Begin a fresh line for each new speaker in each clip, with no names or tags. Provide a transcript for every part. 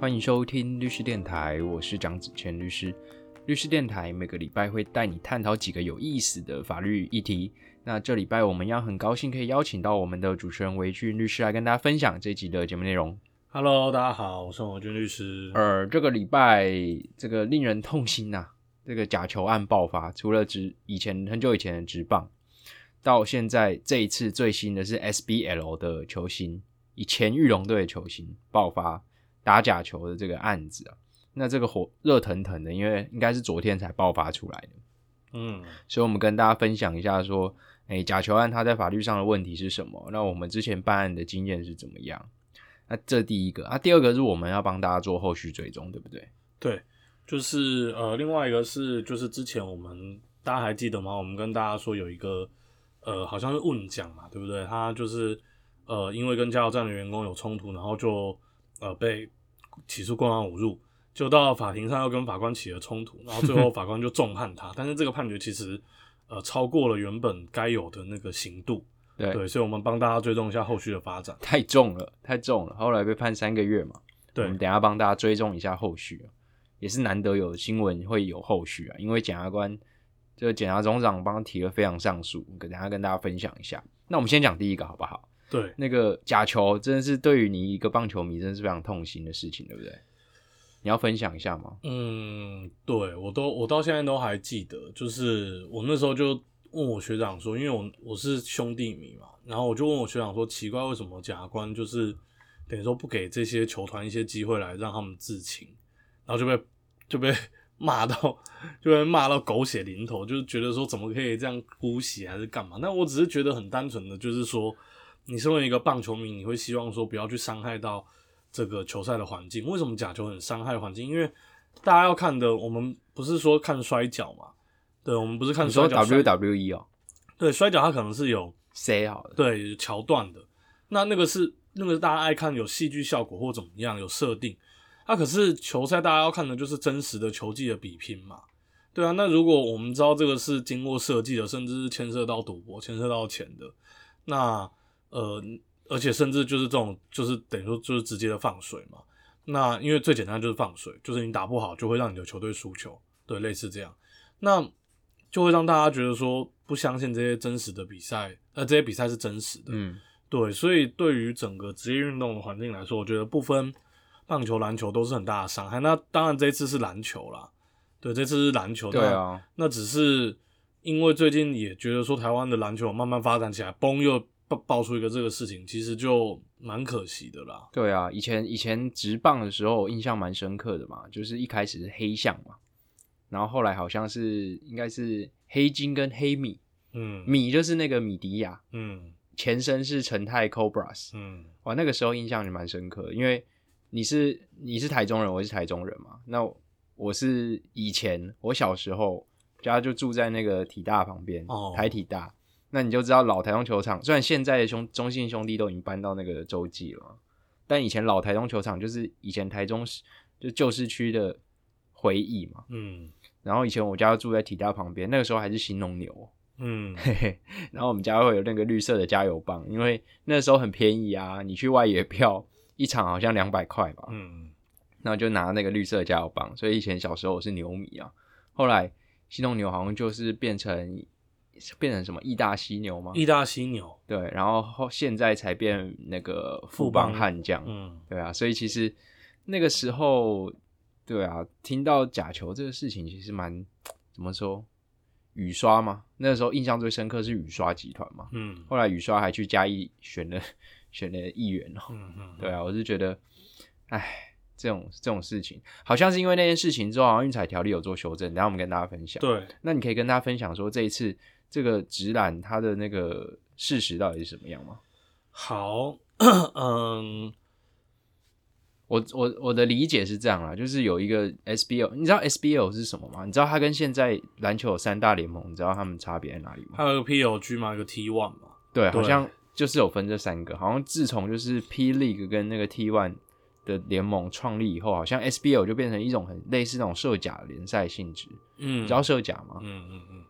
欢迎收听律师电台，我是张子谦律师。律师电台每个礼拜会带你探讨几个有意思的法律议题。那这礼拜我们要很高兴可以邀请到我们的主持人维俊律师来跟大家分享这集的节目内容。
Hello，大家好，我是王军律师。
呃，这个礼拜这个令人痛心呐、这个假球案爆发，除了职以前很久以前的职棒，到现在这一次最新的是 SBL 的球星，以前玉龙队的球星爆发打假球的这个案子啊，那这个火热腾腾的，因为应该是昨天才爆发出来的，
嗯，
所以我们跟大家分享一下说，哎，假球案它在法律上的问题是什么？那我们之前办案的经验是怎么样？那这第一个啊，第二个是我们要帮大家做后续追踪，对不对？
对，就是呃，另外一个是就是之前我们大家还记得吗？我们跟大家说有一个呃，好像是问奖嘛，对不对？他就是呃，因为跟加油站的员工有冲突，然后就呃被起诉公然侮辱，就到法庭上又跟法官起了冲突，然后最后法官就重判他，但是这个判决其实呃超过了原本该有的那个刑度，
对，
对，所以我们帮大家追踪一下后续的发展，
太重了，太重了，后来被判三个月嘛。
对
我们等一下帮大家追踪一下后续、啊，也是难得有新闻会有后续啊，因为检察官这个检察总长帮他提了非常上诉，跟等一下跟大家分享一下。那我们先讲第一个好不好？
对。
那个假球真的是对于你一个棒球迷，真的是非常痛心的事情，对不对？你要分享一下吗？
嗯，对我都我到现在都还记得，就是我那时候就问我学长说，因为我我是兄弟迷嘛，然后我就问我学长说，奇怪为什么检察官就是等于说不给这些球团一些机会来让他们自请，然后就被就被骂到就被骂到狗血淋头，就是觉得说怎么可以这样姑息还是干嘛？那我只是觉得很单纯的就是说，你身为一个棒球迷，你会希望说不要去伤害到这个球赛的环境。为什么假球很伤害环境？因为大家要看的，我们不是说看摔跤嘛，对，我们不是看
你
摔
说
跤摔
WWE 哦，
对，摔跤它可能是有
谁好了？
对桥段的。那那个是那个是大家爱看有戏剧效果或怎么样有设定，那、可是球赛大家要看的就是真实的球技的比拼嘛。对啊，那如果我们知道这个是经过设计的，甚至是牵涉到赌博、牵涉到钱的，那呃，而且甚至就是这种，就是等于说就是直接的放水嘛。那因为最简单就是放水，就是你打不好就会让你的球队输球，对，类似这样。那就会让大家觉得说不相信这些真实的比赛，呃，这些比赛是真实的，
嗯，
对，所以对于整个职业运动的环境来说，我觉得不分棒球、篮球都是很大的伤害。那当然这一次是篮球啦，对，这次是篮球，
对啊，
那，那只是因为最近也觉得说台湾的篮球慢慢发展起来，嘣又爆爆出一个这个事情，其实就蛮可惜的啦。
对啊，以前以前职棒的时候，印象蛮深刻的嘛，就是一开始是黑象嘛，然后后来好像是应该是黑金跟黑米，
嗯
米就是那个米迪亚，
嗯
前身是成泰 Cobras，
嗯，
哇，那个时候印象也蛮深刻的，因为你是你是台中人，我是台中人嘛，那我是以前我小时候家就住在那个体大旁边，
哦
台体大。那你就知道老台中球场，虽然现在的兄中信兄弟都已经搬到那个洲际了嘛，但以前老台中球场就是以前台中市就旧市区的回忆嘛。
嗯
然后以前我家住在体大旁边，那个时候还是新农牛，
嗯
嘿嘿，然后我们家会有那个绿色的加油棒，因为那时候很便宜啊，你去外野票一场好像两百块吧，
嗯
那我就拿那个绿色的加油棒，所以以前小时候我是牛迷啊，后来西东牛好像就是变成变成什么意大犀牛吗？
意大犀牛，
对，然后后现在才变那个富
富
邦
邦
悍将，
嗯
对啊，所以其实那个时候，对啊，听到假球这个事情，其实蛮怎么说，雨刷嘛，那时候印象最深刻是雨刷集团嘛，
嗯
后来雨刷还去嘉义选了选了议员哦、
嗯嗯，
对啊，我是觉得，哎，这种这种事情，好像是因为那件事情之后，好像运彩条例有做修正，然后我们跟大家分享。
对。
那你可以跟大家分享说，这一次这个直男他的那个事实到底是什么样吗？
好，嗯
我我我的理解是这样啦，就是有一个 SBL，你知道 SBL 是什么吗？你知道它跟现在篮球有三大联盟，你知道它们差别在哪里吗？
还有一个 P O G 嘛，一个 T One 嘛，
对，
对
好像就是有分这三个，好像自从就是 P League 跟那个 T One 的联盟创立以后，好像 SBL 就变成一种很类似那种社甲联赛性质。
嗯
你知道社甲吗？
嗯嗯嗯，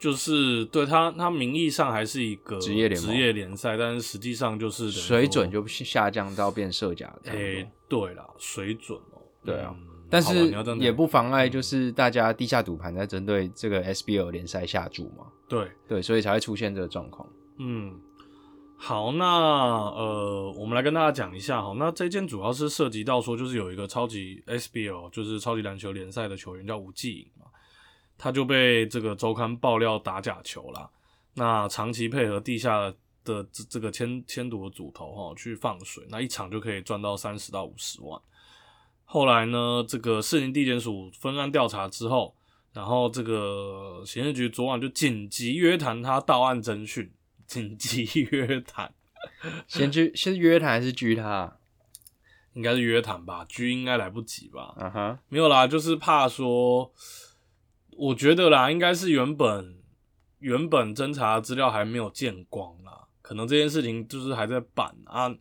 就是对他，他名义上还是一个
职业联盟
职业联赛，但是实际上就是等于说
水准就下降到变设甲的程
诶、
度。
对啦，水准哦、
对啊
嗯，
但
好吧
是
你要这样
也
讲嗯
不妨碍，就是大家地下赌盘在针对这个 SBL 联赛下注嘛，
对，
对，所以才会出现这个状 况。
嗯，好，那呃，我们来跟大家讲一下哈。那这件主要是涉及到说，就是有一个超级 SBL，就是超级篮球联赛的球员叫吴继颖嘛，他就被这个周刊爆料打假球啦。那长期配合地下的这这个千千赌的组头哈、去放水，那一场就可以赚到三十到五十万。后来呢，这个市营地检署分案调查之后，然后这个刑事局昨晚就紧急约谈他到案侦讯，紧急 约谈，
先去先约他还是拘他啊？
应该是约谈吧，拘应该来不及吧？
啊哈，
没有啦，就是怕说，我觉得啦，应该是原本原本侦查资料还没有见光啦，可能这件事情就是还在办啊。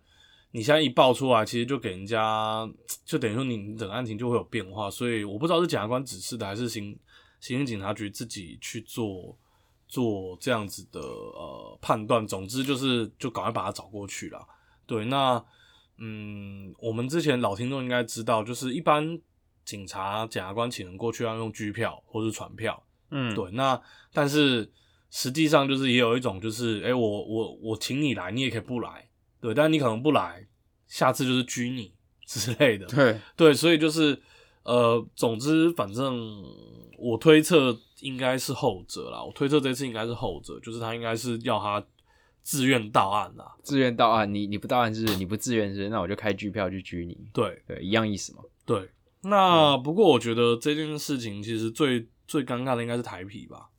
你现在一爆出来，其实就给人家，就等于说你你整个案情就会有变化，所以我不知道是检察官指示的，还是刑刑事警察局自己去做做这样子的呃判断。总之就是就赶快把他找过去啦。对，那嗯，我们之前老听众应该知道，就是一般警察、检察官请人过去要用拘票或是传票，
嗯，
对。那但是实际上就是也有一种就是，哎、我我我请你来，你也可以不来，对，但你可能不来，下次就是拘你之类的，
对，
对，所以就是呃，总之反正我推测应该是后者啦，我推测这次应该是后者，就是他应该是要他自愿到案啦，
自愿到案，你你不到案是不是你不自愿是不是那我就开拘票去拘你，
对。
对，一样意思嘛。
对，那不过我觉得这件事情其实最最尴尬的应该是台皮吧？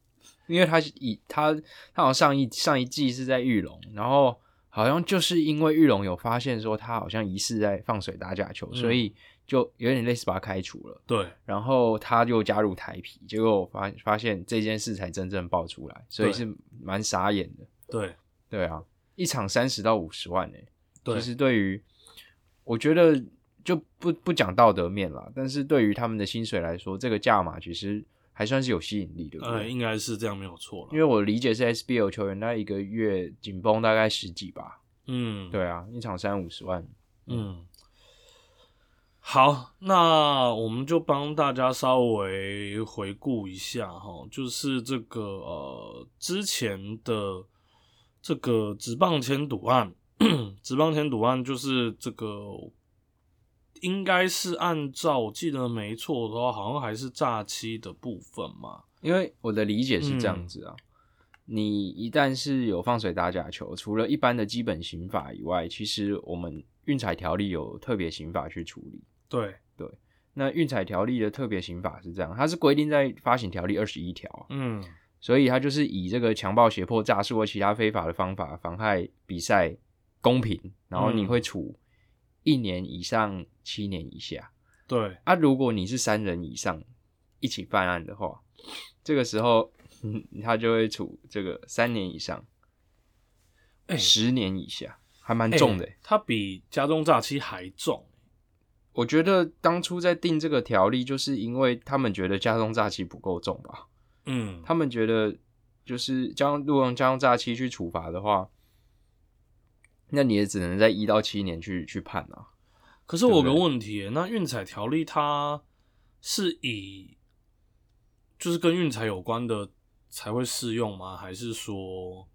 因为他是以他他好像上一上一季是在玉龙，然后好像就是因为玉龙有发现说他好像疑似在放水打假球，
嗯
所以就有点类似把他开除了。
对
然后他就加入台皮，结果我发发现这件事才真正爆出来，所以
对
是蛮傻眼的。
对
对啊，一场三十到五十万诶、
对
其实对于我觉得就不不讲道德面啦，但是对于他们的薪水来说，这个价码其实还算是有吸引力的。对不对
呃，应该是这样没有错了。
因为我理解是 SBL 球员，那一个月紧绷大概十几吧。
嗯，，
对啊，一场三五十万。
嗯。好，那我们就帮大家稍微回顾一下哈，就是这个呃之前的这个职棒签赌案， 职棒签赌案就是这个应该是按照我记得没错的话，好像还是诈欺的部分嘛。
因为我的理解是这样子啊，你一旦是有放水打假球，除了一般的基本刑法以外，其实我们运彩条例有特别刑法去处理。
对，
那运彩条例的特别刑法是这样，它是规定在发行条例二十一条啊，
嗯，
所以它就是以这个强暴、胁迫、诈术或其他非法的方法妨害比赛公平，然后你
嗯
会处一年以上七年以下。
对，
啊，如果你是三人以上一起犯案的话，这个时候、嗯、他就会处这个三年以上、
哎
十年以下，还蛮重的欸、
它比加重诈欺还重。
我觉得当初在定这个条例，就是因为他们觉得加重诈欺不够重吧？
嗯，
他们觉得就是将如果用加重诈欺去处罚的话，那你也只能在一到七年去去判啊。
可是我有个
对不
问题耶，那运彩条例它是以就是跟运彩有关的才会适用吗？还是说，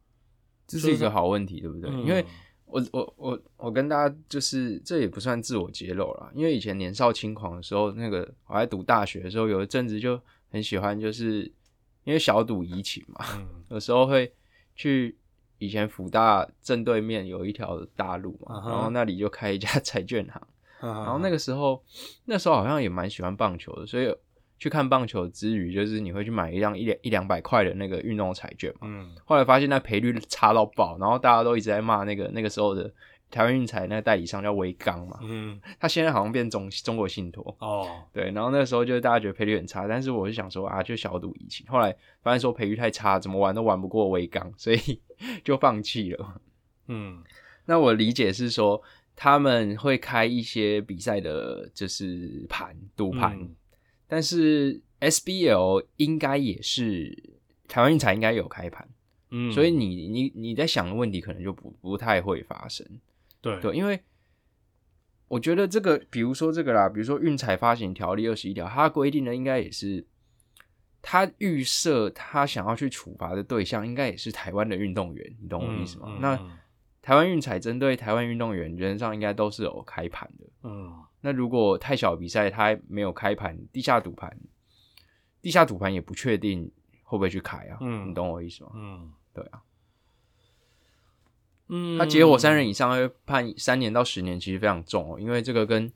这是一个好问题，对不对？因为
嗯
我我我我跟大家就是这也不算自我揭露啦，因为以前年少轻狂的时候，那个我在读大学的时候，有一阵子就很喜欢，就是因为小赌怡情嘛，
嗯
有时候会去以前福大正对面有一条大路嘛
啊哈
然后那里就开一家 彩券行，
然
然后那个时候那时候好像也蛮喜欢棒球的，所以去看棒球之余，就是你会去买一张一两一两百块的那个运动彩券嘛。
嗯
后来发现那赔率差到爆，然后大家都一直在骂那个那个时候的台湾运彩那个代理商叫威刚嘛，
嗯
他现在好像变中中国信托。
哦
对，然后那时候就是大家觉得赔率很差，但是我就想说啊，就小赌怡情。后来发现说赔率太差，怎么玩都玩不过威刚，所以就放弃了。
嗯
那我理解是说他们会开一些比赛的，就是盘赌盘，
嗯
但是 SBL 应该也是台湾运彩应该有开盘，
嗯，
所以你你你在想的问题可能就不不太会发生。
对
对，因为我觉得这个，比如说这个啦，比如说运彩发行条例二十一条，它规定的应该也是，它预设它想要去处罚的对象，应该也是台湾的运动员，你懂我意思吗？
嗯嗯
那
嗯
台湾运彩针对台湾运动员，原则上应该都是有开盘的。
嗯
那如果太小的比赛它没有开盘，地下赌盘，地下赌盘也不确定会不会去开啊，
嗯
你懂我意思吗？
嗯
对啊，
嗯，
他结伙三人以上会判三年到十年，其实非常重哦，因为这个跟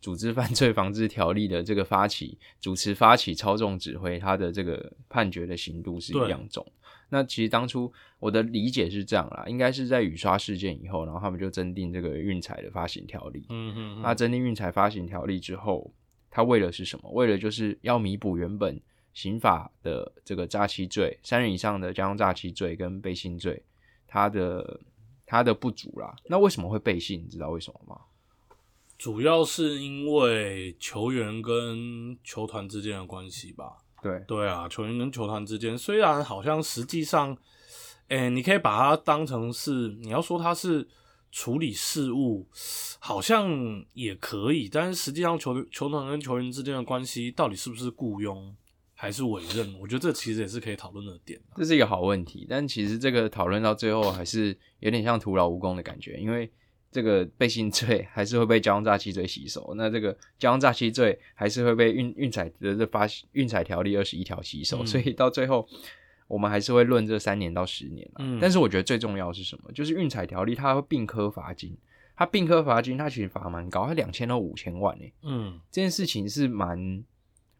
组织犯罪防治条例的这个发起、主持、发起、操纵、指挥，他的这个判决的刑度是一样重。那其实当初我的理解是这样啦，应该是在雨刷事件以后，然后他们就增订这个运彩的发行条例。
嗯嗯，
那增订运彩发行条例之后，他为了是什么？为了就是要弥补原本刑法的这个诈欺罪、三人以上的家用诈欺罪跟背信罪，它的它的不足啦。那为什么会背信？你知道为什么吗？
主要是因为球员跟球团之间的关系吧。
对，
对啊，球员跟球团之间，虽然好像实际上，哎、你可以把它当成是，你要说它是处理事务，好像也可以，但是实际上球球团跟球员之间的关系到底是不是雇佣还是委任，我觉得这其实也是可以讨论的点啊、
这是一个好问题。但其实这个讨论到最后还是有点像徒劳无功的感觉，因为这个背信罪还是会被家用诈欺罪吸收，那这个家用诈欺罪还是会被运运彩的这发运彩条例二十一条吸收，
嗯
所以到最后我们还是会论这三年到十年、啊、
嗯
但是我觉得最重要的是什么？就是运彩条例它会并科罚金，它并科罚金它其实罚蛮高，它两千到五千万诶、欸
嗯，
这件事情是蛮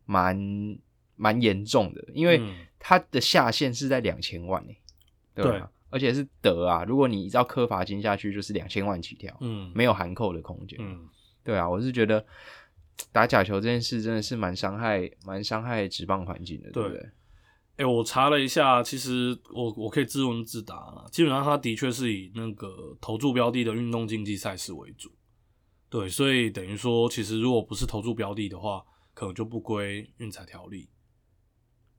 蛮蛮严重的，因为
嗯
它的下限是在两千万诶、对
对
吧？而且是德啊，如果你依照科罚金下去，就是两千万起跳，
嗯，
没有含扣的空间。
嗯，
对啊，我是觉得打假球这件事真的是蛮伤害、蛮伤害职棒环境的，对不
对
对？
哎、我查了一下，其实我我可以自问自答了。基本上，它的确是以那个投注标的的运动竞技赛事为主，对，所以等于说，其实如果不是投注标的的话，可能就不归运彩条例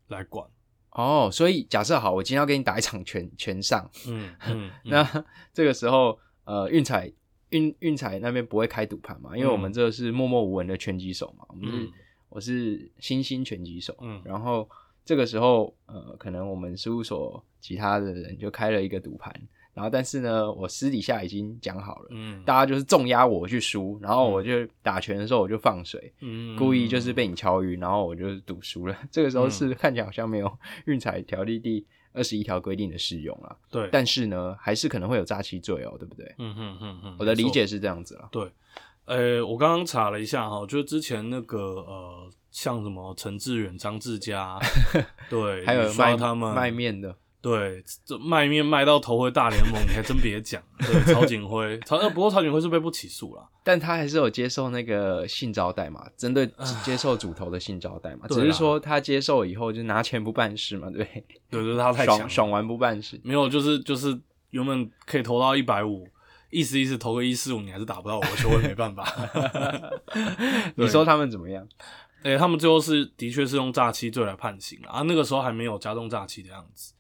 来管。
哦，所以假设好，我今天要给你打一场全全上，
嗯嗯，嗯
那这个时候呃，运彩运运彩那边不会开赌盘嘛，因为我们
嗯
这是默默无闻的拳击手嘛，我们是、
嗯
我是新兴拳击手，
嗯
然后这个时候，呃，可能我们事务所呃其他的人就开了一个赌盘，然后但是呢，我私底下已经讲好了，
嗯，
大家就是重压我去输，然后我就打拳的时候我就放水，
嗯
故意就是被你敲晕，然后我就赌输了。 这个时候是看起来好像没有运彩条例第二十一条规定的适用啦，
对，
但是呢，还是可能会有诈欺罪哦，对不对？
嗯哼哼哼，
我的理
没错
解是这样子啦，
呃、我刚刚查了一下哈，就是之前那个呃，像什么陈志远、张 志佳，对，
还有
你
卖
说他们
卖面的，
对，这卖面卖到头回大联盟，你还真别讲。对，曹景辉，曹呃不过曹景辉是被不起诉啦。
但他还是有接受那个性招待嘛，针对接受主头的性招待嘛，
嗯对
只
啦
是说他接受以后就拿钱不办事嘛，对不对，
对，就是他太强了
爽爽完不办 事，
没有，就是就是原本可以投到一百五，意思意思投个一四五，你还是打不到我的球，我也没办法。
你说他们怎么样？
哎、他们最后是的确是用诈欺罪来判刑啦啊，那个时候还没有加重诈欺的样子。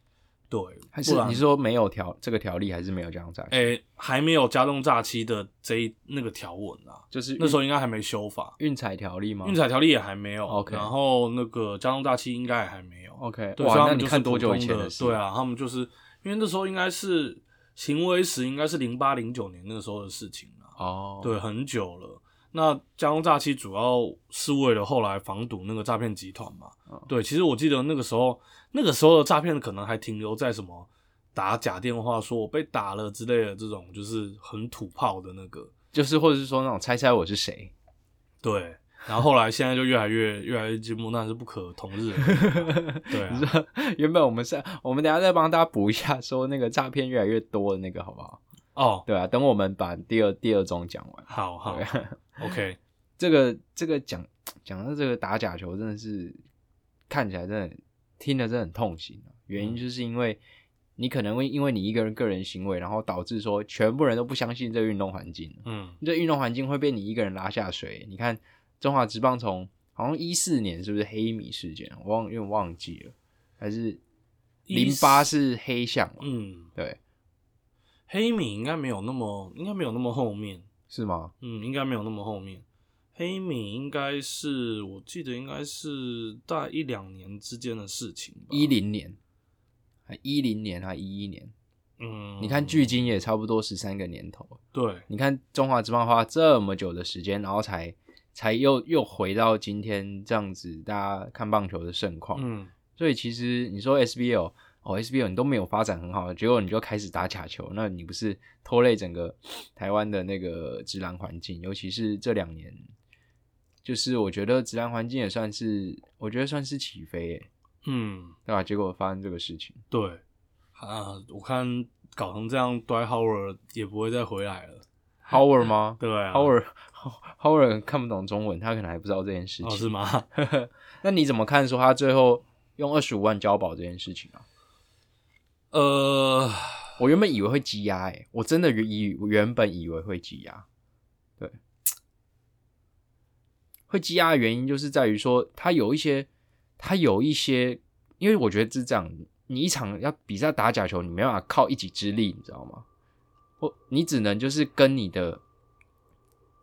对，
还
不
是
然
你说没有条这个条例，还是没有这样啊诈欺？
哎、还没有加重诈欺的这一那个条文啊，
就是
那时
候
候应该还没修法，
运彩条例吗？
运彩条例也还没有
OK
然后那个加重诈欺应该也还没有。
OK，
对，所以
哇，
他
那
们
你
就是
看多久以
普
前
通的？
事？
对，啊，他们就是因为那时候应该是行为时，应该是零八零九年那时候的事情了、
哦，
对，很久了。那加工诈欺主要是为了后来防堵那个诈骗集团嘛、
哦
对，其实我记得那个时候，那个时候的诈骗可能还停留在什么打假电话说我被打了之类的这种，就是很土炮的那个。
就是或者是说那种猜猜我是谁？
对，然后后来现在就越来越越来越进步，那是不可同日而语 啊。对啊
你，说原本我们是，我们等一下再帮大家补一下，说那个诈骗越来越多的那个好不好？
哦，
对啊，等我们把第二第二宗讲完。
好好
对啊
，OK，
这个这个讲讲到这个打假球，真的是看起来真的很听了真的很痛心啊。原
嗯
因就是因为你可能会因为你一个人个人行为，然后导致说全部人都不相信这个运动环境，
嗯
这运动环境会被你一个人拉下水。你看中华职棒从好像一四年是不是黑米事件，我忘有点忘记了，还是
一
零八是黑象嘛？
嗯，
对，
黑米应该没有那么，应该没有那么后面，
是吗？
嗯，应该没有那么后面。黑米应该是我记得应该是大概一两年之间的事情吧。
一，零年，还一零年还一一年？
嗯，
你看距今也差不多十三个年头了。
对，
你看中华职棒花这么久的时间，然后才才又又回到今天这样子，大家看棒球的盛况。
嗯，
所以其实你说 SBL 哦 SBL 你都没有发展很好，结果你就开始打假球，那你不是拖累整个台湾的那个职篮环境？尤其是这两年，就是我觉得职篮环境也算是，我觉得算是起飞耶，
嗯，
对吧？结果发生这个事情，
对，啊，我看搞成这样 d w y h o w a r d 也不会再回来了。
Howard 吗
对啊
？Howard Howard 看不懂中文，他可能还不知道这件事情。
哦，是吗？
那你怎么看说他最后用二十五万交保这件事情啊？
呃，
我原本以为会积压，诶，我真的以我原本以为会积压，对，会积压的原因就是在于说他有一些，他有一些，因为我觉得是这样，你一场要比赛打假球，你没办法靠一己之力，你知道吗？或你只能就是跟你的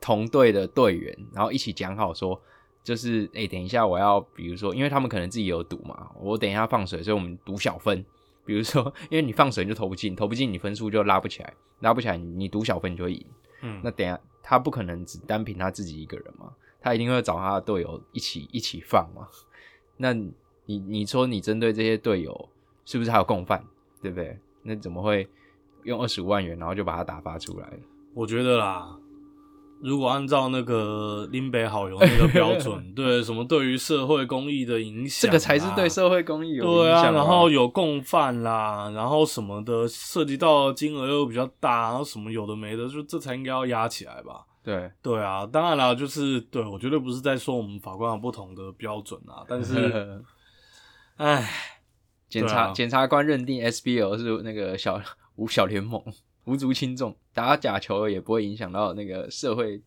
同队的队员，然后一起讲好说，就是哎、诶等一下我要，比如说，因为他们可能自己有赌嘛，我等一下放水，所以我们赌小分。比如说，因为你放水你就投不进，投不进你分数就拉不起来，拉不起来你你赌小分你就会赢。
嗯，
那等一下他不可能只单凭他自己一个人嘛，他一定会找他的队友一起一起放嘛。那你你说你针对这些队友是不是还有共犯，对不对？那怎么会用二十五万元然后就把他打发出来了？
我觉得啦，如果按照那个林北好友那个标 准，对什么对于社会公益的影响
这
啊，
个才是对社会公益有
对
影响
啊，
吧
然后有共犯啦，然后什么的，涉及到的金额又比较大，然后什么有的没的，就这才应该要压起来吧。
对
对啊，当然啦，就是对我绝对不是在说我们法官有不同的标准啊，但是，唉，
检
对
察
啊
检、察官认定 SBL 是那个小无小联盟， 无足轻重，打假球也不会影响到那个社会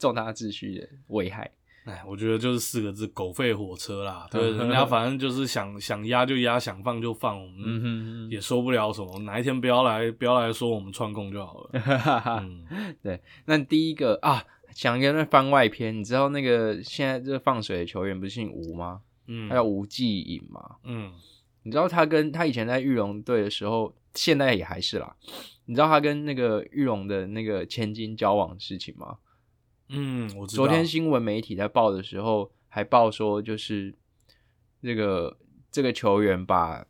重大秩序的危害。
哎，我觉得就是四个字：狗吠火车 啦。对，人家反正就是想想压就压，想放就放，我们
嗯
也说不了什么。哪一天不要来，不要来说我们串供就好 了。
哼，
嗯，
那第一个啊，想跟那番外篇，你知道那个现在这个放水的球员不是姓吴吗？
嗯
他叫吴继颖嘛。
嗯
你知道他跟他以前在玉龙队的时候，现在也还是啦。你知道他跟那个玉龙的那个千金交往的事情吗？
嗯，我知道。
昨天新闻媒体在报的时候，还报说就是这个这个球员把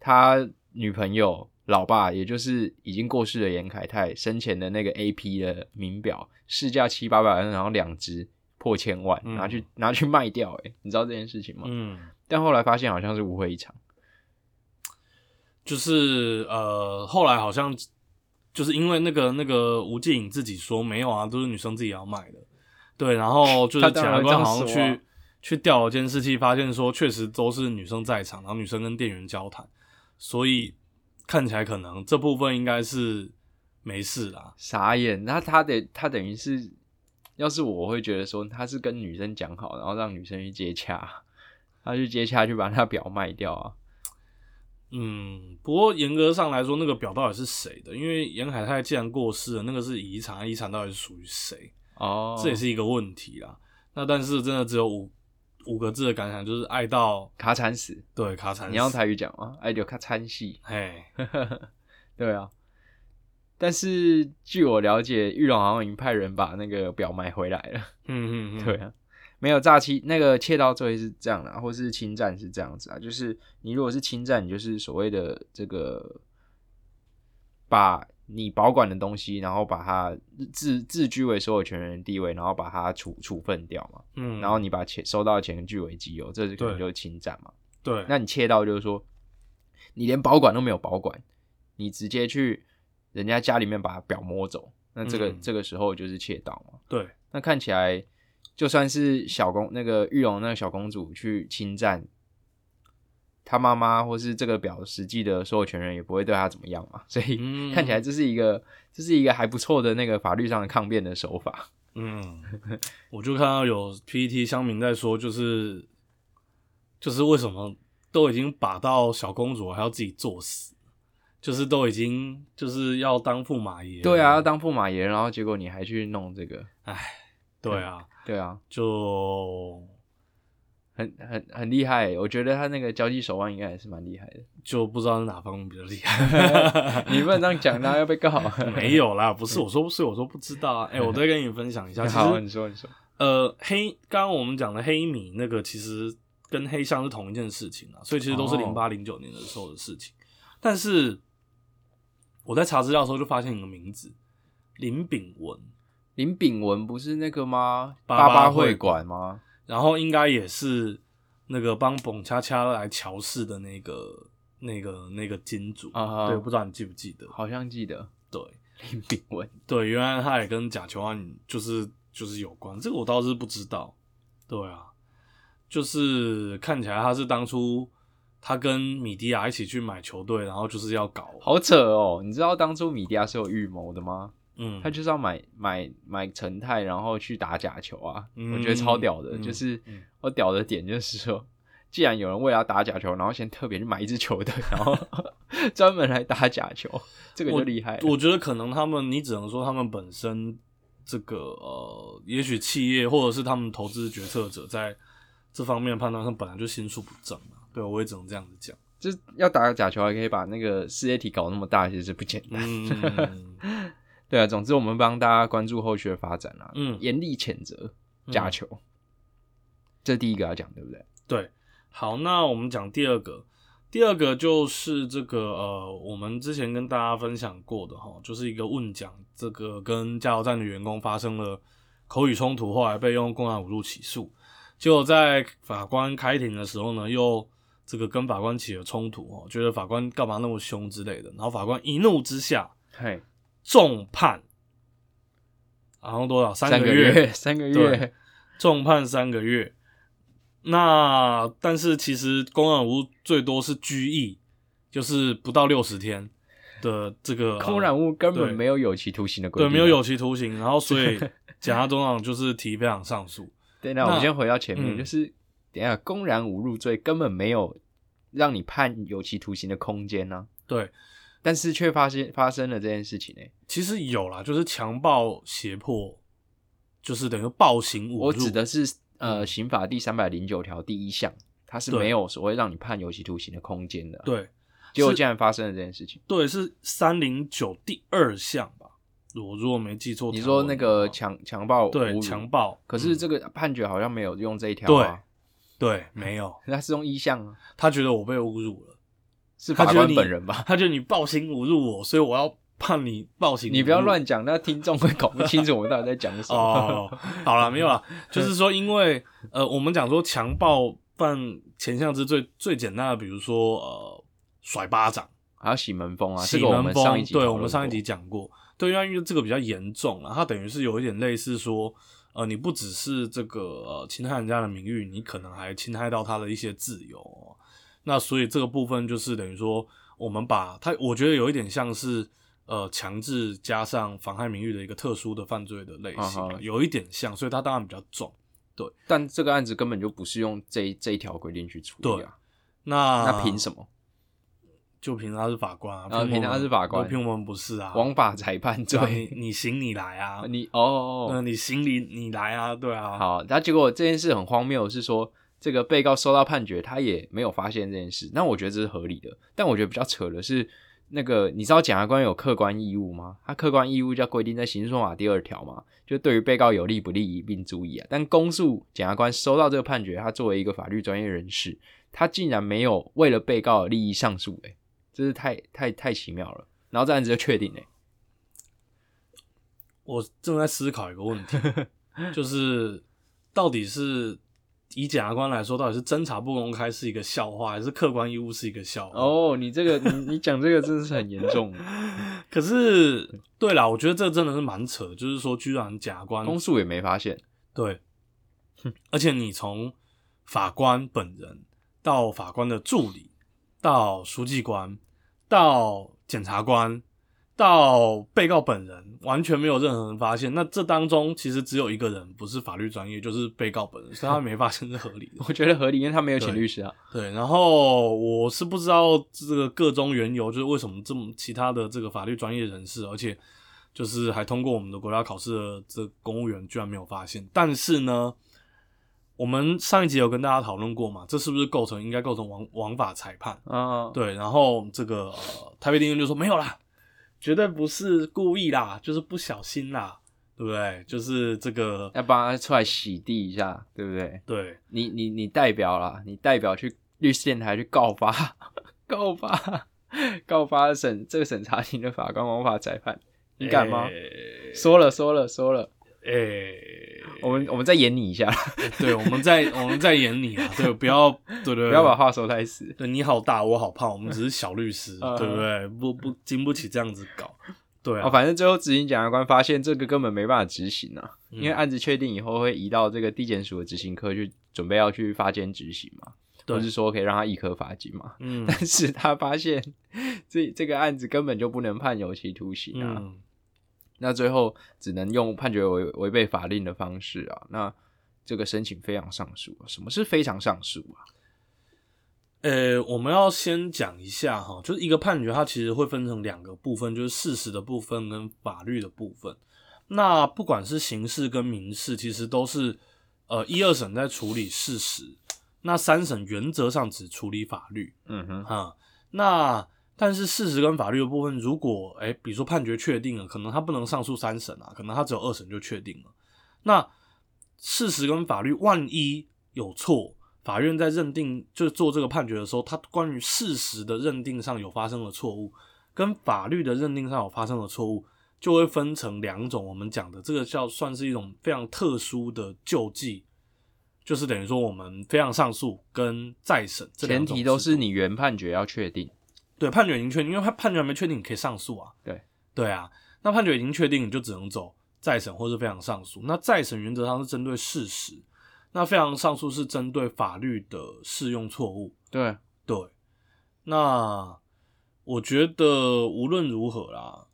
他女朋友老爸，也就是已经过世的严凯泰生前的那个 A P 的名表，市价七八百万，然后两只破千万，
嗯
拿去拿去卖掉、欸，你知道这件事情吗？
嗯。
但后来发现好像是误会一场，
就是呃，后来好像就是因为那个那个吴敬颖自己说没有啊，都是女生自己要买的，对，然后就
他
是
当
检
然会
察
这样
官好像去、
说啊
去调了监视器，发现说确实都是女生在场，然后女生跟店员交谈，所以看起来可能这部分应该是没事啦。
傻眼。那他得他等于是，要是我会觉得说他是跟女生讲好，然后让女生去接洽，他去接洽去把他表卖掉啊。
嗯，不过严格上来说，那个表到底是谁的？因为严海泰既然过世了，那个是遗产，遗产到底是属于谁？
哦，
这也是一个问题啦。那但是真的只有五五个字的感想，就是爱到
卡惨死。
对卡惨死。
你要用台语讲吗？哎，就卡惨戏。
嘿，
对啊，但是据我了解，玉龙好像已经派人把那个表买回来了。
嗯嗯嗯，
对啊，没有诈欺，那个窃盗罪是这样啦，或是侵占是这样子啊，就是你如果是侵占，你就是所谓的这个把你保管的东西，然后把它自自居为所有权人的地位，然后把它处处分掉嘛，
嗯，
然后你把钱收到的钱据为己有，这是可能
对
就是侵占嘛。
对，
那你切到就是说，你连保管都没有保管，你直接去人家家里面把表摸走，那这个、
嗯
这个时候就是窃盗嘛。
对，
那看起来就算是小公那个玉龙那个小公主去侵占她妈妈或是这个表实际的所有权人，也不会对她怎么样嘛。所以
嗯
看起来这是一个这是一个还不错的那个法律上的抗辩的手法。
嗯，E 我就看到有 PPT 乡民在说，就是就是为什么都已经把到小公主了，还要自己作死，就是都已经就是要当驸马爷了。
对啊，要当驸马爷，然后结果你还去弄这个，
对啊，
对啊，
就
很很很厉害欸。我觉得他那个交际手腕应该也是蛮厉害的。。
就不知道是哪方面比较厉害
你不能这样讲，他要被告。
没有啦，不是我说，所以我说不知道啊。哎、我再跟你分享一 啊下，其
好
实
你说你说，
呃，黑刚刚我们讲的黑米那个，其实跟黑象是同一件事情啊，所以其实都是
哦
零八零九年的时候的事情。但是我在查资料的时候就发现一个名字林炳文，
林炳文不是那个吗？
八
八
八
会
会
馆吗？
然后应该也是那个帮蹦恰恰来乔氏的那个那个那个金主
啊哈
对，不知道你记不记得？
好像记得
对
林炳文。
对，原来他也跟假球案就是就是有关，这个我倒是不知道。对啊，就是看起来他是当初他跟米迪亚一起去买球队，然后就是要搞，
好扯哦！你知道当初米迪亚是有预谋的吗？
嗯，
他就是要买买买陈泰，然后去打假球啊！
嗯
我觉得超屌的，
嗯
就是、
嗯
我屌的点就是说，既然有人为了要打假球，然后先特别去买一支球队，然后 专门来打假球，这个就厉害了。
我觉得可能他们，你只能说他们本身这个呃，也许企业或者是他们投资决策者在这方面的判断上本来就心术不正啊。对，我也只能这样子讲。
就是要打假球，还可以把那个世界体搞那么大，其实是不简单。
嗯
对啊，总之我们帮大家关注后续的发展啦、
嗯，
严厉谴责假球，这第一个要讲，对不对？
对，好，那我们讲第二个，第二个就是这个呃，我们之前跟大家分享过的哈，就是一个问讲这个跟加油站的员工发生了口语冲突，后来被用共产侮辱起诉，结果在法官开庭的时候呢，又这个跟法官起了冲突哦，觉得法官干嘛那么凶之类的，然后法官一怒之下
嘿，
重判，然后多少三
个
个月，
三个
对
月，
重判三个月。那但是其实公安无最多是拘役，就是不到六十天的这个
空染物根本
哦对
没有有期徒刑的规
对
定啊，
没有有期徒刑，然后所以 检察总长就是提非常上诉。
对，那我们
那
先回到前面，
嗯
就是等一下公然侮辱罪根本没有让你判有期徒刑的空间呢、
对，
但是却发现发生了这件事情欸呢、
其实有啦，就是强暴、胁迫，就是等于暴行侮辱。嗯
我指的是呃，刑法第三百零九条第一项，它是
对
没有所谓让你判有期徒刑的空间的啊、
对
结果
是
竟然发生了这件事情。
对是三零九第二项吧，我如果没记错条文
你
的话。
说那个强强暴侮
对
辱
强，暴，
可是
嗯
这个判决好像没有用这一条啊，
对没有，
那是用一项啊，
他觉得我被侮辱了。
是
他
法
觉得
官
你
本人吧？
他觉得你暴行侮辱我，所以我要判你暴行。
你不要。乱讲，那听众会搞不清楚我们到底在讲什么。
哦， 好了，没有了，就是说，因为呃，我们讲说强暴犯前项之最最简单的，比如说呃，甩巴掌、
还有洗门风啊，这
洗
个我
门
们上一
风，
集
对
讨
我们
论
上一
过
集讲过，对，因为因为这个比较严重啊，它等于是有一点类似说，呃，你不只是这个呃侵害人家的名誉，你可能还侵害到他的一些自由哦、那所以这个部分就是等于说，我们把它，我觉得有一点像是呃强制加上妨害名誉的一个特殊的犯罪的类型啊、
嗯哼
有一点像，所以它当然比较重。
但这个案子根本就不是用这一这一条规定去处理啊，
那
那凭
么？
什么？
就凭他是法官啊，
啊
我们
凭他是法官
对凭我们不是啊。
枉法裁判
对啊，
罪，
你你行你来啊，
你哦哦
那
哦，
你行李你来啊，对啊，，
好，那结果这件事很荒谬，是说这个被告收到判决，他也没有发现这件事，那我觉得这是合理的，但我觉得比较扯的是。那个，你知道检察官有客观义务吗？他客观义务叫规定在刑事诉讼法第二条嘛，就对于被告有利不利一并注意啊。但公诉检察官收到这个判决，他作为一个法律专业人士，他竟然没有为了被告的利益上诉、欸，哎，这是太太太奇妙了。然后这案子就确定嘞、欸
我正在思考一 个问题，就是到底是以检察官来说，到底是侦查不公开是一个笑话，还是客观义务是一个笑话？，
哦，你这个你你讲这个真的是很严重，啊
可是对啦，我觉得这真的是蛮扯的，就是说，居然检察 官
公诉也没发现，
对，而且你从法官本人到法官的助理，到书记官，到检察官，到被告本人完全没有任何人发现。那这当中其实只有一个人不是法律专业，就是被告本人，所以他没发现是合理的。
我觉得合理，因为他没有请
对
律师啊。
对，然后我是不知道这个各中缘由，就是为什么这么其他的这个法律专业人士，而且就是还通过我们的国家考试的这公务员居然没有发现。但是呢，我们上一集有跟大家讨论过嘛，这是不是构成应该构成枉枉法裁判？
啊，，
对，然后这个、呃、台北地院就说没有啦，绝对不是故意啦，就是不小心啦，对不对？就是这个
要帮他出来洗地一下，对不对？
对。
你你你代表啦，你代表去律师电台去告发， 告发，告发审这个审查庭的法官王法裁判，你敢吗？
哎诶
说了说了说了，
诶
我们我们再演你一下，
对，我们在我们在演你啊，对，不要，对对对，
不要把话说太死。
对你好大，我好胖，我们只是小律师，
嗯
对不对？不不经不起这样子搞，对啊，
哦，反正最后执行检察官发现这个根本没办法执行啊，
嗯
因为案子确定以后会移到这个地检署的执行科去，准备要去发监执行嘛，
对
或是说可以让他一科罚金嘛。
嗯
但是他发现这这个案子根本就不能判有期徒刑啊，
嗯
那最后只能用判决违违背法令的方式啊。那这个申请非常上诉啊，什么是非常上诉啊？
呃，我们要先讲一下哈，就是一个判决，它其实会分成两个部分，就是事实的部分跟法律的部分。那不管是刑事跟民事，其实都是呃一二审在处理事实，那三审原则上只处理法律。
嗯哼，
啊、那但是事实跟法律的部分，如果哎，诶比如说判决确定了，可能他不能上诉三审啊，可能他只有二审就确定了。那事实跟法律万一有错，法院在认定就是做这个判决的时候，他关于事实的认定上有发生了错误，跟法律的认定上有发生了错误，就会分成两种。我们讲的这个叫算是一种非常特殊的救济。就是等于说，我们非常上诉跟再审这两
前
种
提都
制
是
度
你原判决要确定。
对，判决已经确定，因为他判决还没确定，你可以上诉啊。
对，
对啊，那判决已经确定，你就只能走再审或是非常上诉。那再审原则上是针对事实，那非常上诉是针对法律的适用错误。
对，
对，那我觉得无论如何啦，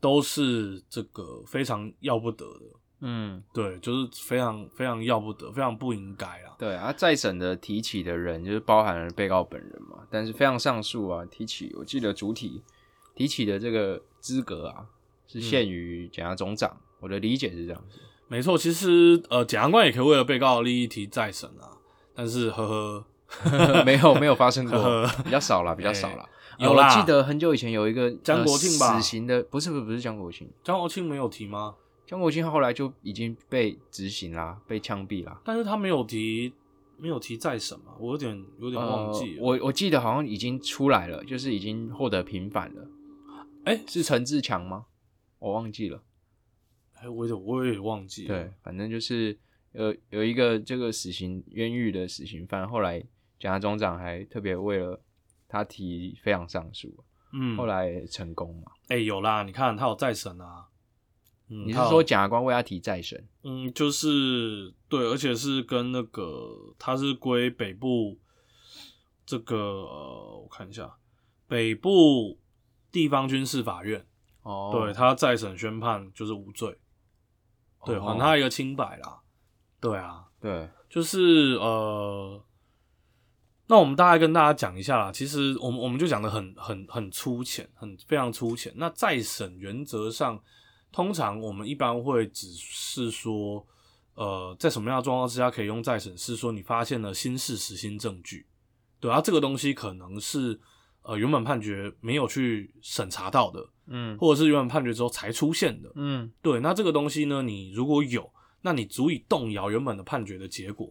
都是这个非常要不得的。
嗯，
对，就是非常非常要不得，非常不应该啦。
对啊，再审的提起的人就是包含了被告本人嘛，但是非常上诉啊，提起我记得主体提起的这个资格啊，是限于检察总长，我的理解是这样子。
没错，其实呃，检察官也可以为了被告的利益提再审啊，但是呵呵，
没有没有发生过
呵呵，
比较少啦，比较少啦。
哎
呃
有啦
我记得很久以前有一个
江国庆吧
呃死刑的不是不是不是江国庆，
张国庆没有提吗？
江国庆后来就已经被执行啦，被枪毙啦。
但是他没有提，没有提再审嘛，我有点有点忘
呃
记了。
我我记得好像已经出来了，就是已经获得平反了。
哎
是陈志强吗？我忘记了。
哎、我有点我有点忘记了。
对，反正就是呃有一个这个死刑冤狱的死刑犯，后来检察总长还特别为了他提非常上诉，
嗯，
后来成功嘛。
哎、有啦，你看他有再审啊。嗯，
你是
他有
说检察官为他提再审？
嗯，就是对，而且是跟那个他是归北部这个呃，我看一下北部地方军事法院，
哦
对他再审宣判就是无罪，对，
哦
还他一个清白啦。对啊，
对，
就是呃，那我们大概跟大家讲一下啦。其实我们我们就讲的很很很粗浅，很非常粗浅。那再审原则上，通常我们一般会只是说，呃，在什么样的状况之下可以用再审？是说你发现了新事实、新证据，对啊，这个东西可能是呃原本判决没有去审查到的，
嗯
或者是原本判决之后才出现的。
嗯
对，那这个东西呢，你如果有，那你足以动摇原本的判决的结果。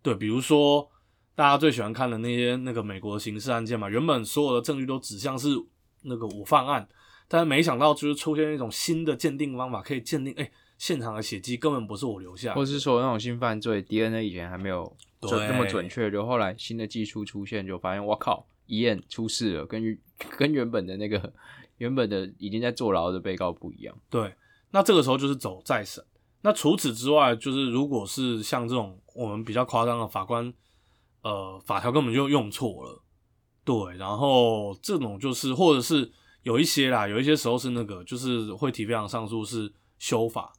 对，比如说大家最喜欢看的那些那个美国的刑事案件嘛，原本所有的证据都指向是那个我犯案，但是没想到就是出现一种新的鉴定方法，可以鉴定哎、现场的血迹根本不是我留下的，
或是说那种性犯罪 DNA 以前还没有
对
准那么准确，就后来新的技术出现，就发现我靠，一验出事了，跟原 跟原本的那个原本的已经在坐牢的被告不一样。
对，那这个时候就是走再审。那除此之外，就是如果是像这种我们比较夸张的法官，呃，法条根本就用错了，对，然后这种就是或者是有一些啦，有一些时候是那个，就是会提非常上诉是修法，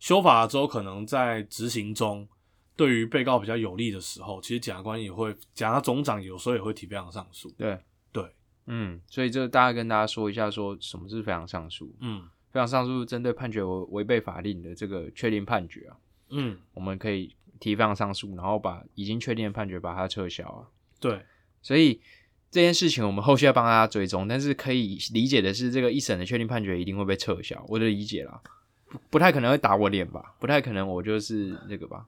修法了之后可能在执行中，对于被告比较有利的时候，其实检察官也会，检察总长有时候也会提非常上诉。
对
对，
嗯，所以这大概跟大家说一下，说什么是非常上诉。
嗯
非常上诉是针对判决违违背法令的这个确定判决啊，
嗯，
我们可以提非常上诉，然后把已经确定的判决把它撤销啊。
对，
所以这件事情我们后续要帮大家追踪，但是可以理解的是，这个一审的确定判决一定会被撤销，我的理解啦，不不太可能会打我脸吧，不太可能我就是那个吧，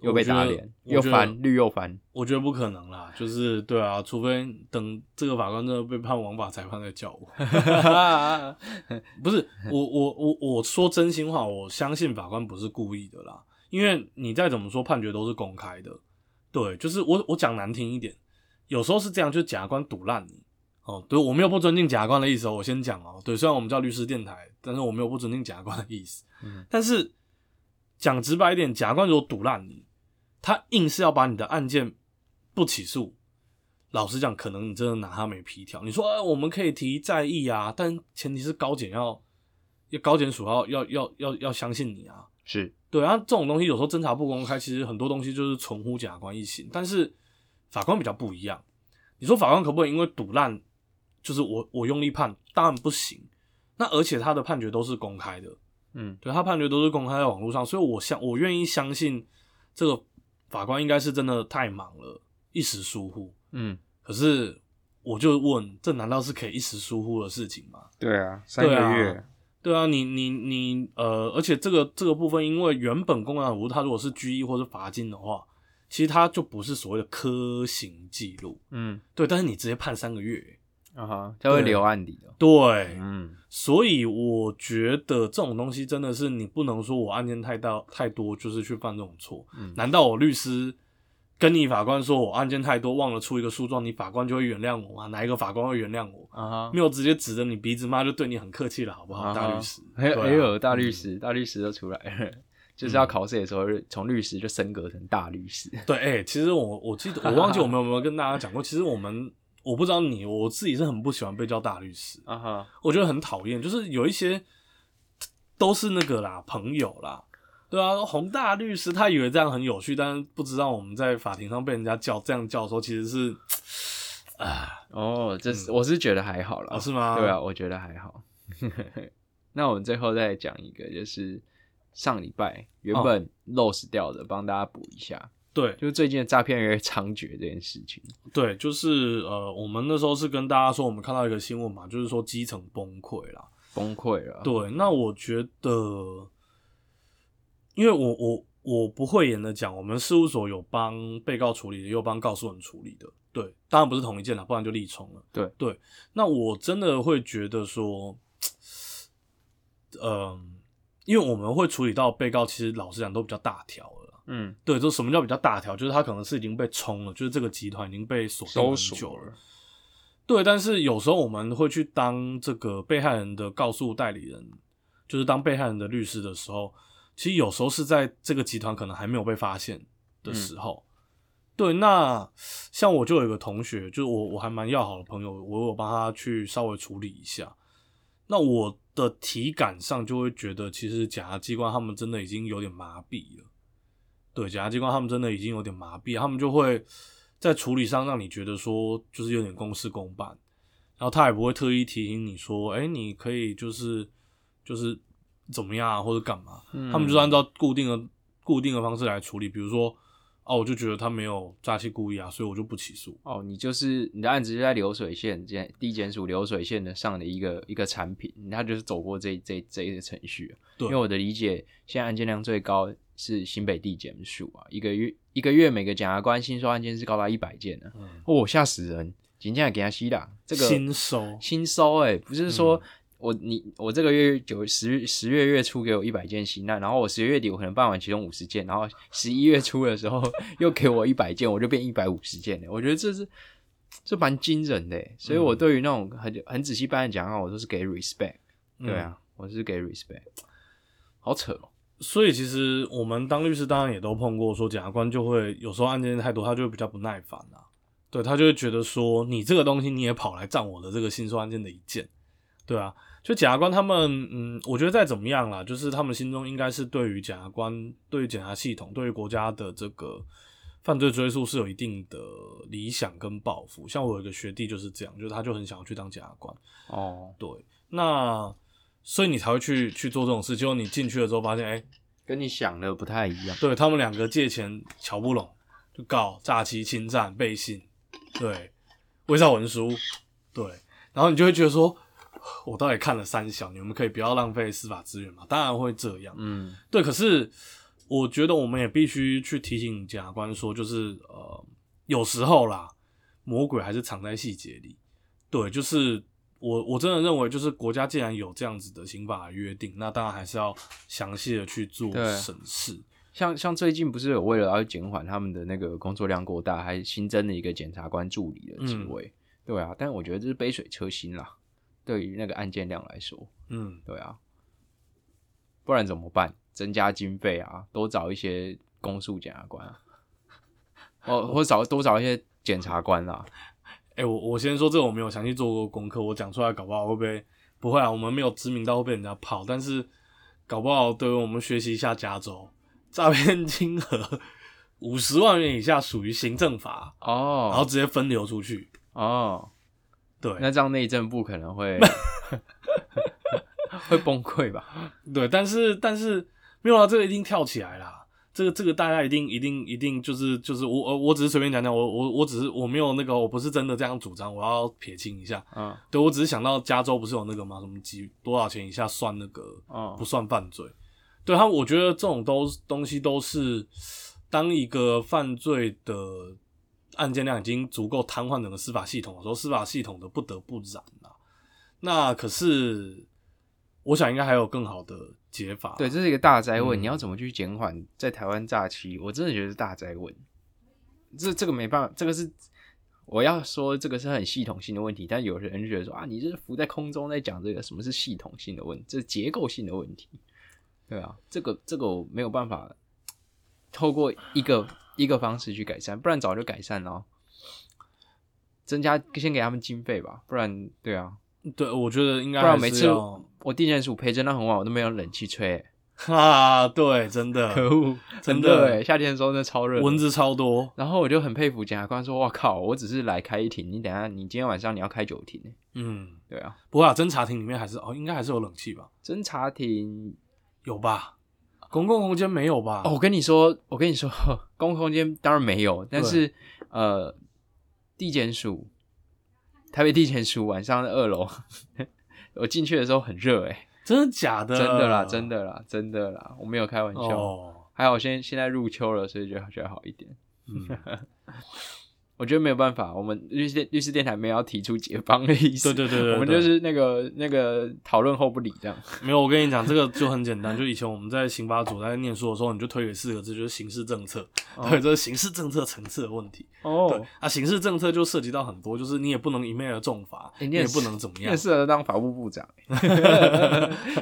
又被打脸，
我觉得
又翻绿又翻，
我觉得不可能啦，就是对啊，除非等这个法官真的被判枉法裁判再 叫我。不是我我我我说真心话，我相信法官不是故意的啦，因为你再怎么说判决都是公开的，对，就是我我讲难听一点，有时候是这样，就是检察官堵烂你哦，对我没有不尊敬检察官的意思哦，我先讲哦，对，虽然我们叫律师电台，但是我没有不尊敬检察官的意思，
嗯
但是讲直白一点，检察官如果堵烂你，他硬是要把你的案件不起诉。老实讲，可能你真的拿他没皮条。你说、哎我们可以提再议啊，但前提是高检要，要高检署要要要要要相信你啊。
是
对啊，这种东西有时候侦查不公开，其实很多东西就是存乎检察官一行，但是法官比较不一样。你说法官可不可以因为赌烂，就是我我用力判，当然不行。那而且他的判决都是公开的，
嗯
对他判决都是公开在网络上，所以我相我愿意相信这个法官应该是真的太忙了，一时疏忽。
嗯，
可是我就问，这难道是可以一时疏忽的事情吗？
对啊，三
对啊，对啊，你你你呃，而且这个这个部分，因为原本公然侮辱，它如果是拘役或是罚金的话，其实它就不是所谓的科刑记录，
嗯
对，但是你直接判三个月，
啊哈，他会
对
留案底的，
对，
嗯
所以我觉得这种东西真的是你不能说我案件太大太多，就是去犯这种错。
嗯
难道我律师跟你法官说我案件太多，忘了出一个诉状，你法官就会原谅我吗？哪一个法官会原谅我？
啊哈
没。有直接指着你鼻子骂，就对你很客气了，好不好，
啊哈
大律师？
还有
对啊
还有大
嗯
律师，大律师都出来 了，就是要考试的时候，从律师就升格成大律师。
对，哎、其实我我记得我忘记我们有没有跟大家讲过，其实我们我不知道你，我自己是很不喜欢被叫大律师，
啊哈，
我觉得很讨厌，就是有一些都是那个啦，朋友啦，对啊，宏大律师他以为这样很有趣，但是不知道我们在法庭上被人家叫这样叫的时候，其实是啊，
哦，这是我是觉得还好啦，
哦是吗？
对啊，，我觉得还好。 那我们最后再讲一个，就是上礼拜
哦
原本 lose 掉的，帮大家补一下，
对
就是最近的诈骗越来越猖獗这件事情。
对，就是呃，我们那时候是跟大家说，我们看到一个新闻嘛，就是说基层崩溃啦，
崩溃了，
对，那我觉得，因为我我我不讳言的讲，我们事务所有帮被告处理的，也有帮告诉人处理的。对，当然不是同一件啦，不然就立冲了。
对
对，那我真的会觉得说，嗯、因为我们会处理到被告，其实老实讲都比较大条了啦。
嗯，
对，就什么叫比较大条？就是他可能是已经被冲了，就是这个集团已经被锁定很
搜索
久了
了。
对，但是有时候我们会去当这个被害人的告诉代理人，就是当被害人的律师的时候，其实有时候是在这个集团可能还没有被发现的时候。对，那像我就有一个同学，就是我我还蛮要好的朋友，我有帮他去稍微处理一下。那我的体感上就会觉得，其实检察机关他们真的已经有点麻痹了。对，检察机关他们真的已经有点麻痹，他们就会在处理上让你觉得说，就是有点公事公办，然后他也不会特意提醒你说，哎、你可以就是就是怎么样啊，或者干嘛，
嗯
他们就是按照固定的固定的方式来处理，比如说。哦，我就觉得他没有诈欺故意啊，所以我就不起诉。
哦，你就是你的案子就在流水线检地检署流水线的上的一个一个产品，它就是走过这这这一个程序。啊
对
因为我的理解，现在案件量最高是新北地检署啊，一个月一个月每个检察官新收案件是高达一百件呢、
嗯
哦，吓死人！今天给他吸啦，这个
新收
新收哎、不是说我、你我这个月九十月十月月初给我一百件新案，然后我十月底我可能办完其中五十件，然后十一月初的时候 又给我一百件，我就变一百五十件了。欸我觉得这是这蛮惊人的欸、所以我对于那种很很仔细办案讲案，我都是给 respect。对啊，我是给 respect。好扯哦，
所以其实我们当律师当然也都碰过，说检察官就会有时候案件太多，他就会比较不耐烦啊。对他就会觉得说，你这个东西你也跑来占我的这个新收案件的一件，对啊，就检察官他们，嗯，我觉得再怎么样啦，就是他们心中应该是对于检察官、对于检察系统、对于国家的这个犯罪追诉是有一定的理想跟抱负。像我有一个学弟就是这样，就是他就很想要去当检察官。
哦，
对，那所以你才会去去做这种事。结果你进去了之后发现，哎、
跟你想的不太一样。
对他们两个借钱瞧不拢，就告诈欺、侵占、背信，对，伪造文书，对，然后你就会觉得说，我到底看了三小，你们可以不要浪费司法资源嘛？当然会这样，
嗯，
对，可是我觉得我们也必须去提醒检察官说，就是呃，有时候啦，魔鬼还是藏在细节里。对，就是我我真的认为，就是国家既然有这样子的刑法约定，那当然还是要详细的去做
对
审视。
像像最近不是有为了要减缓他们的那个工作量过大，还新增了一个检察官助理的职位。对啊，但我觉得这是杯水车薪啦，对于那个案件量来说，
嗯，
对啊，不然怎么办？增加经费啊，多找一些公诉检察官啊，哦，或找多找一些检察官啦、
哎、我我先说这个我没有详细做过功课，我讲出来搞不好会被不会啊，我们没有知名到会被人家泡，但是搞不好对我们学习一下加州诈骗金额五十万元以下属于行政法，然后
哦
直接分流出去。
哦，
对
那这样内政部可能 会会崩溃吧？
对，但是但是没有啊，这个一定跳起来啦。这个这个大家一定一定一定就是就是我呃我只是随便讲讲，我我我只是我没有那个我不是真的这样主张，我要撇清一下。
嗯
对我只是想到加州不是有那个吗？什么几多少钱以下算那个
哦
不，算犯罪。对他，我觉得这种都东西都是当一个犯罪的案件量已经足够瘫痪整个司法系统的时候，司法系统的不得不然啊。那可是，我想应该还有更好的解法。啊
对，这是一个大灾问，
嗯
你要怎么去减缓在台湾诈欺？我真的觉得是大灾问，这这个没办法，这个是我要说这个是很系统性的问题，但有些人就觉得说啊，你这是浮在空中在讲这个什么是系统性的问题，这是结构性的问题，对啊，这个这个我没有办法透过一个一个方式去改善，不然早就改善了哦。增加先给他们经费吧，不然对啊，
对，我觉得应该
不然
还
每
是
次
要。
我地检署陪侦到很晚，我都没有冷气吹、欸
哈，啊对，真的，
恶，真
真的
的哎，夏天的时候真的超热，
蚊。子超多。
然后我就很佩服检察官说：“哇靠，我只是来开一庭，你等一下，你今天晚上你要开九庭欸。
嗯，”
对啊，
不过啊，侦查庭里面还是哦，应该还是有冷气吧？
侦查庭
有吧？公共空间没有吧？
哦，我跟你说，我跟你说，公共空间当然没有，但是呃，地检署，台北地检署晚上的二楼， 我进去的时候很热哎，
真的假的？啊
真的啦，真的啦，真的啦，我没有开玩笑。
哦，
还好现现在入秋了，所以觉得觉得好一点。
嗯，
我觉得没有办法，我们律师律师电台没有要提出解放的意思，
对对对对
我们就
对
是那个那个讨论后不理这样。
没有，我跟你讲，这个就很简单，就以前我们在刑法组在念书的时候，你就推给四个字，就是刑事政策。
哦
对，这是刑事政策层次的问题。对
哦，
啊，刑事政策就涉及到很多，就是你也不能一昧的重罚，
诶
你也不能怎么
欸你
样
很。适合当法务部长，欸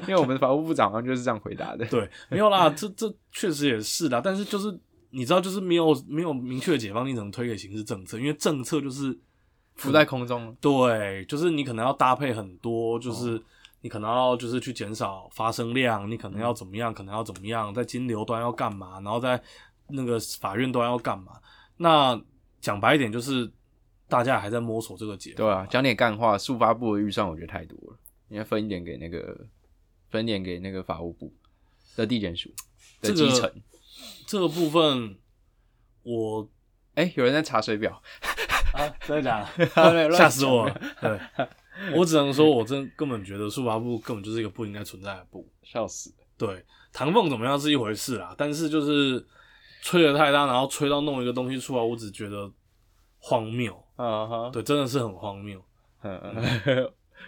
因为我们的法务部长好像就是这样回答的。
对，没有啦， 这这确实也是啦，但是就是你知道，就是没有没有明确的解放，你只能推给刑事政策，因为政策就是
浮在空中，
对，就是你可能要搭配很多，就是
哦
你可能要就是去减少发生量，你可
嗯
能要怎么样，可能要怎么样，在金流端要干嘛，然后在那个法院端要干嘛。那讲白一点，就是大家还在摸索这个结
对啊，讲点干话，速发部的预算我觉得太多了，应该分一点给那个分一点给那个法务部的地检署的
这
基
个
层。
这个部分， 我
哎、有人在查水表，
啊，真 的假
没有
的？
乱
吓死我了
讲！
对，我只能说，我真根本觉得速八部根本就是一个不应该存在的部。
笑死！
对，唐凤怎么样是一回事啦，但是就是吹得太大，然后吹到弄一个东西出来，我只觉得荒谬。
啊哈，
对，真的是很荒谬。
嗯，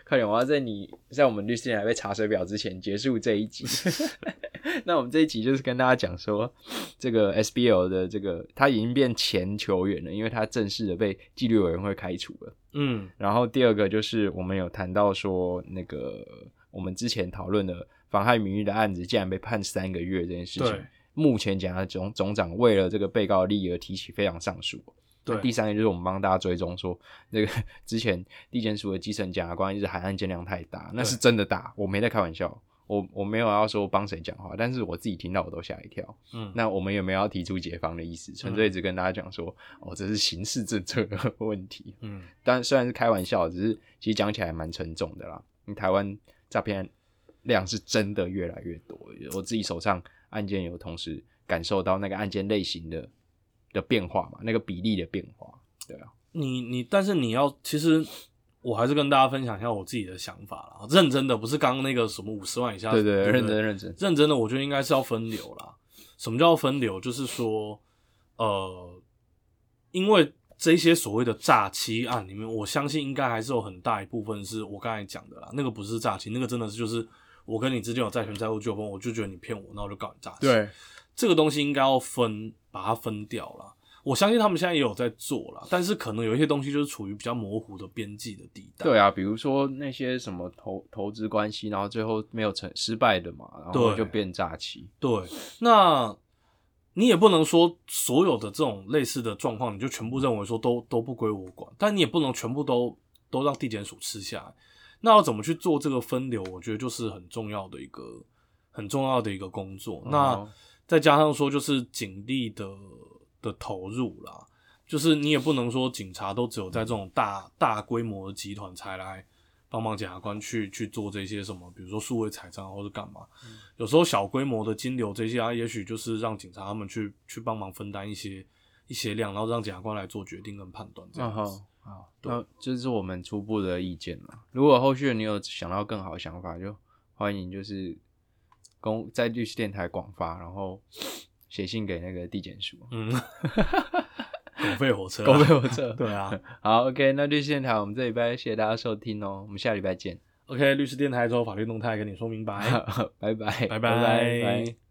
快点，我要在你在我们律师还被查水表之前结束这一集。 那我们这一集就是跟大家讲说，这个 SBL 的这个他已经变前球员了，因为他正式的被纪律委员会开除了。
嗯
然后第二个就是我们有谈到说，那个我们之前讨论的妨害名誉的案子，竟然被判三个月这件事情
对。
目前检察总总长为了这个被告利益而提起非常上诉，那
对
第三个就是我们帮大家追踪说，那个 之前地检署的基层检察官一直喊案件量太大，那
对
是真的大，我没在开玩笑，我我没有要说帮谁讲话，但是我自己听到我都吓一跳。
嗯，
那我们也没有要提出解放的意思，纯粹只跟大家讲说，哦，这是刑事政策的 问题。
嗯
但虽然是开玩笑，只是其实讲起来蛮沉重的啦。你台湾诈骗量是真的越来越多，我自己手上案件有同时感受到那个案件类型的的变化嘛，那个比例的变化。
你你，但是你要，其实我还是跟大家分享一下我自己的想法啦。认真的，不是刚刚那个什么五十万以下，
对
对
对，
不
认真认真。
认真的，我觉得应该是要分流啦。什么叫分流？就是说，呃，因为这些所谓的诈欺案里面，我相信应该还是有很大一部分是我刚才讲的啦。那个不是诈欺，那个真的是就是我跟你之间有债权债务纠纷，我就觉得你骗我，那我就告你诈欺。，这个东西应该要分，把它分掉了。我相信他们现在也有在做了，但是可能有一些东西就是处于比较模糊的边际的地带。
对啊，比如说那些什么投投资关系，然后最后没有成失败的嘛，然后
对
就变诈欺。
对，那你也不能说所有的这种类似的状况，你就全部认为说都都不归我管，但你也不能全部都都让地检署吃下来。那要怎么去做这个分流？我觉得就是很重要的一个很重要的一个工作。那
哦
再加上说，就是警力的的投入啦，就是你也不能说警察都只有在这种大大规模的集团才来帮忙检察官去去做这些什么，比如说数位采账或是干嘛。有时候小规模的金流这些啊，也许就是让警察他们去去帮忙分担一些一些量，然后让检察官来做决定跟判断
嗯
这样
哼，
子。
好，
对
那这是我们初步的意见了。如果后续你有想到更好的想法，就欢迎就是公在律师电台广发，然后写信给那个地检署。
嗯， 狗吠火车、
狗被我这
对啊。
好，OK，那律师电台我们这礼拜谢谢大家收听哦，我们下礼拜见， 哎
OK，律师电台之后法律动态跟你说明白。
拜拜，
拜拜
拜拜。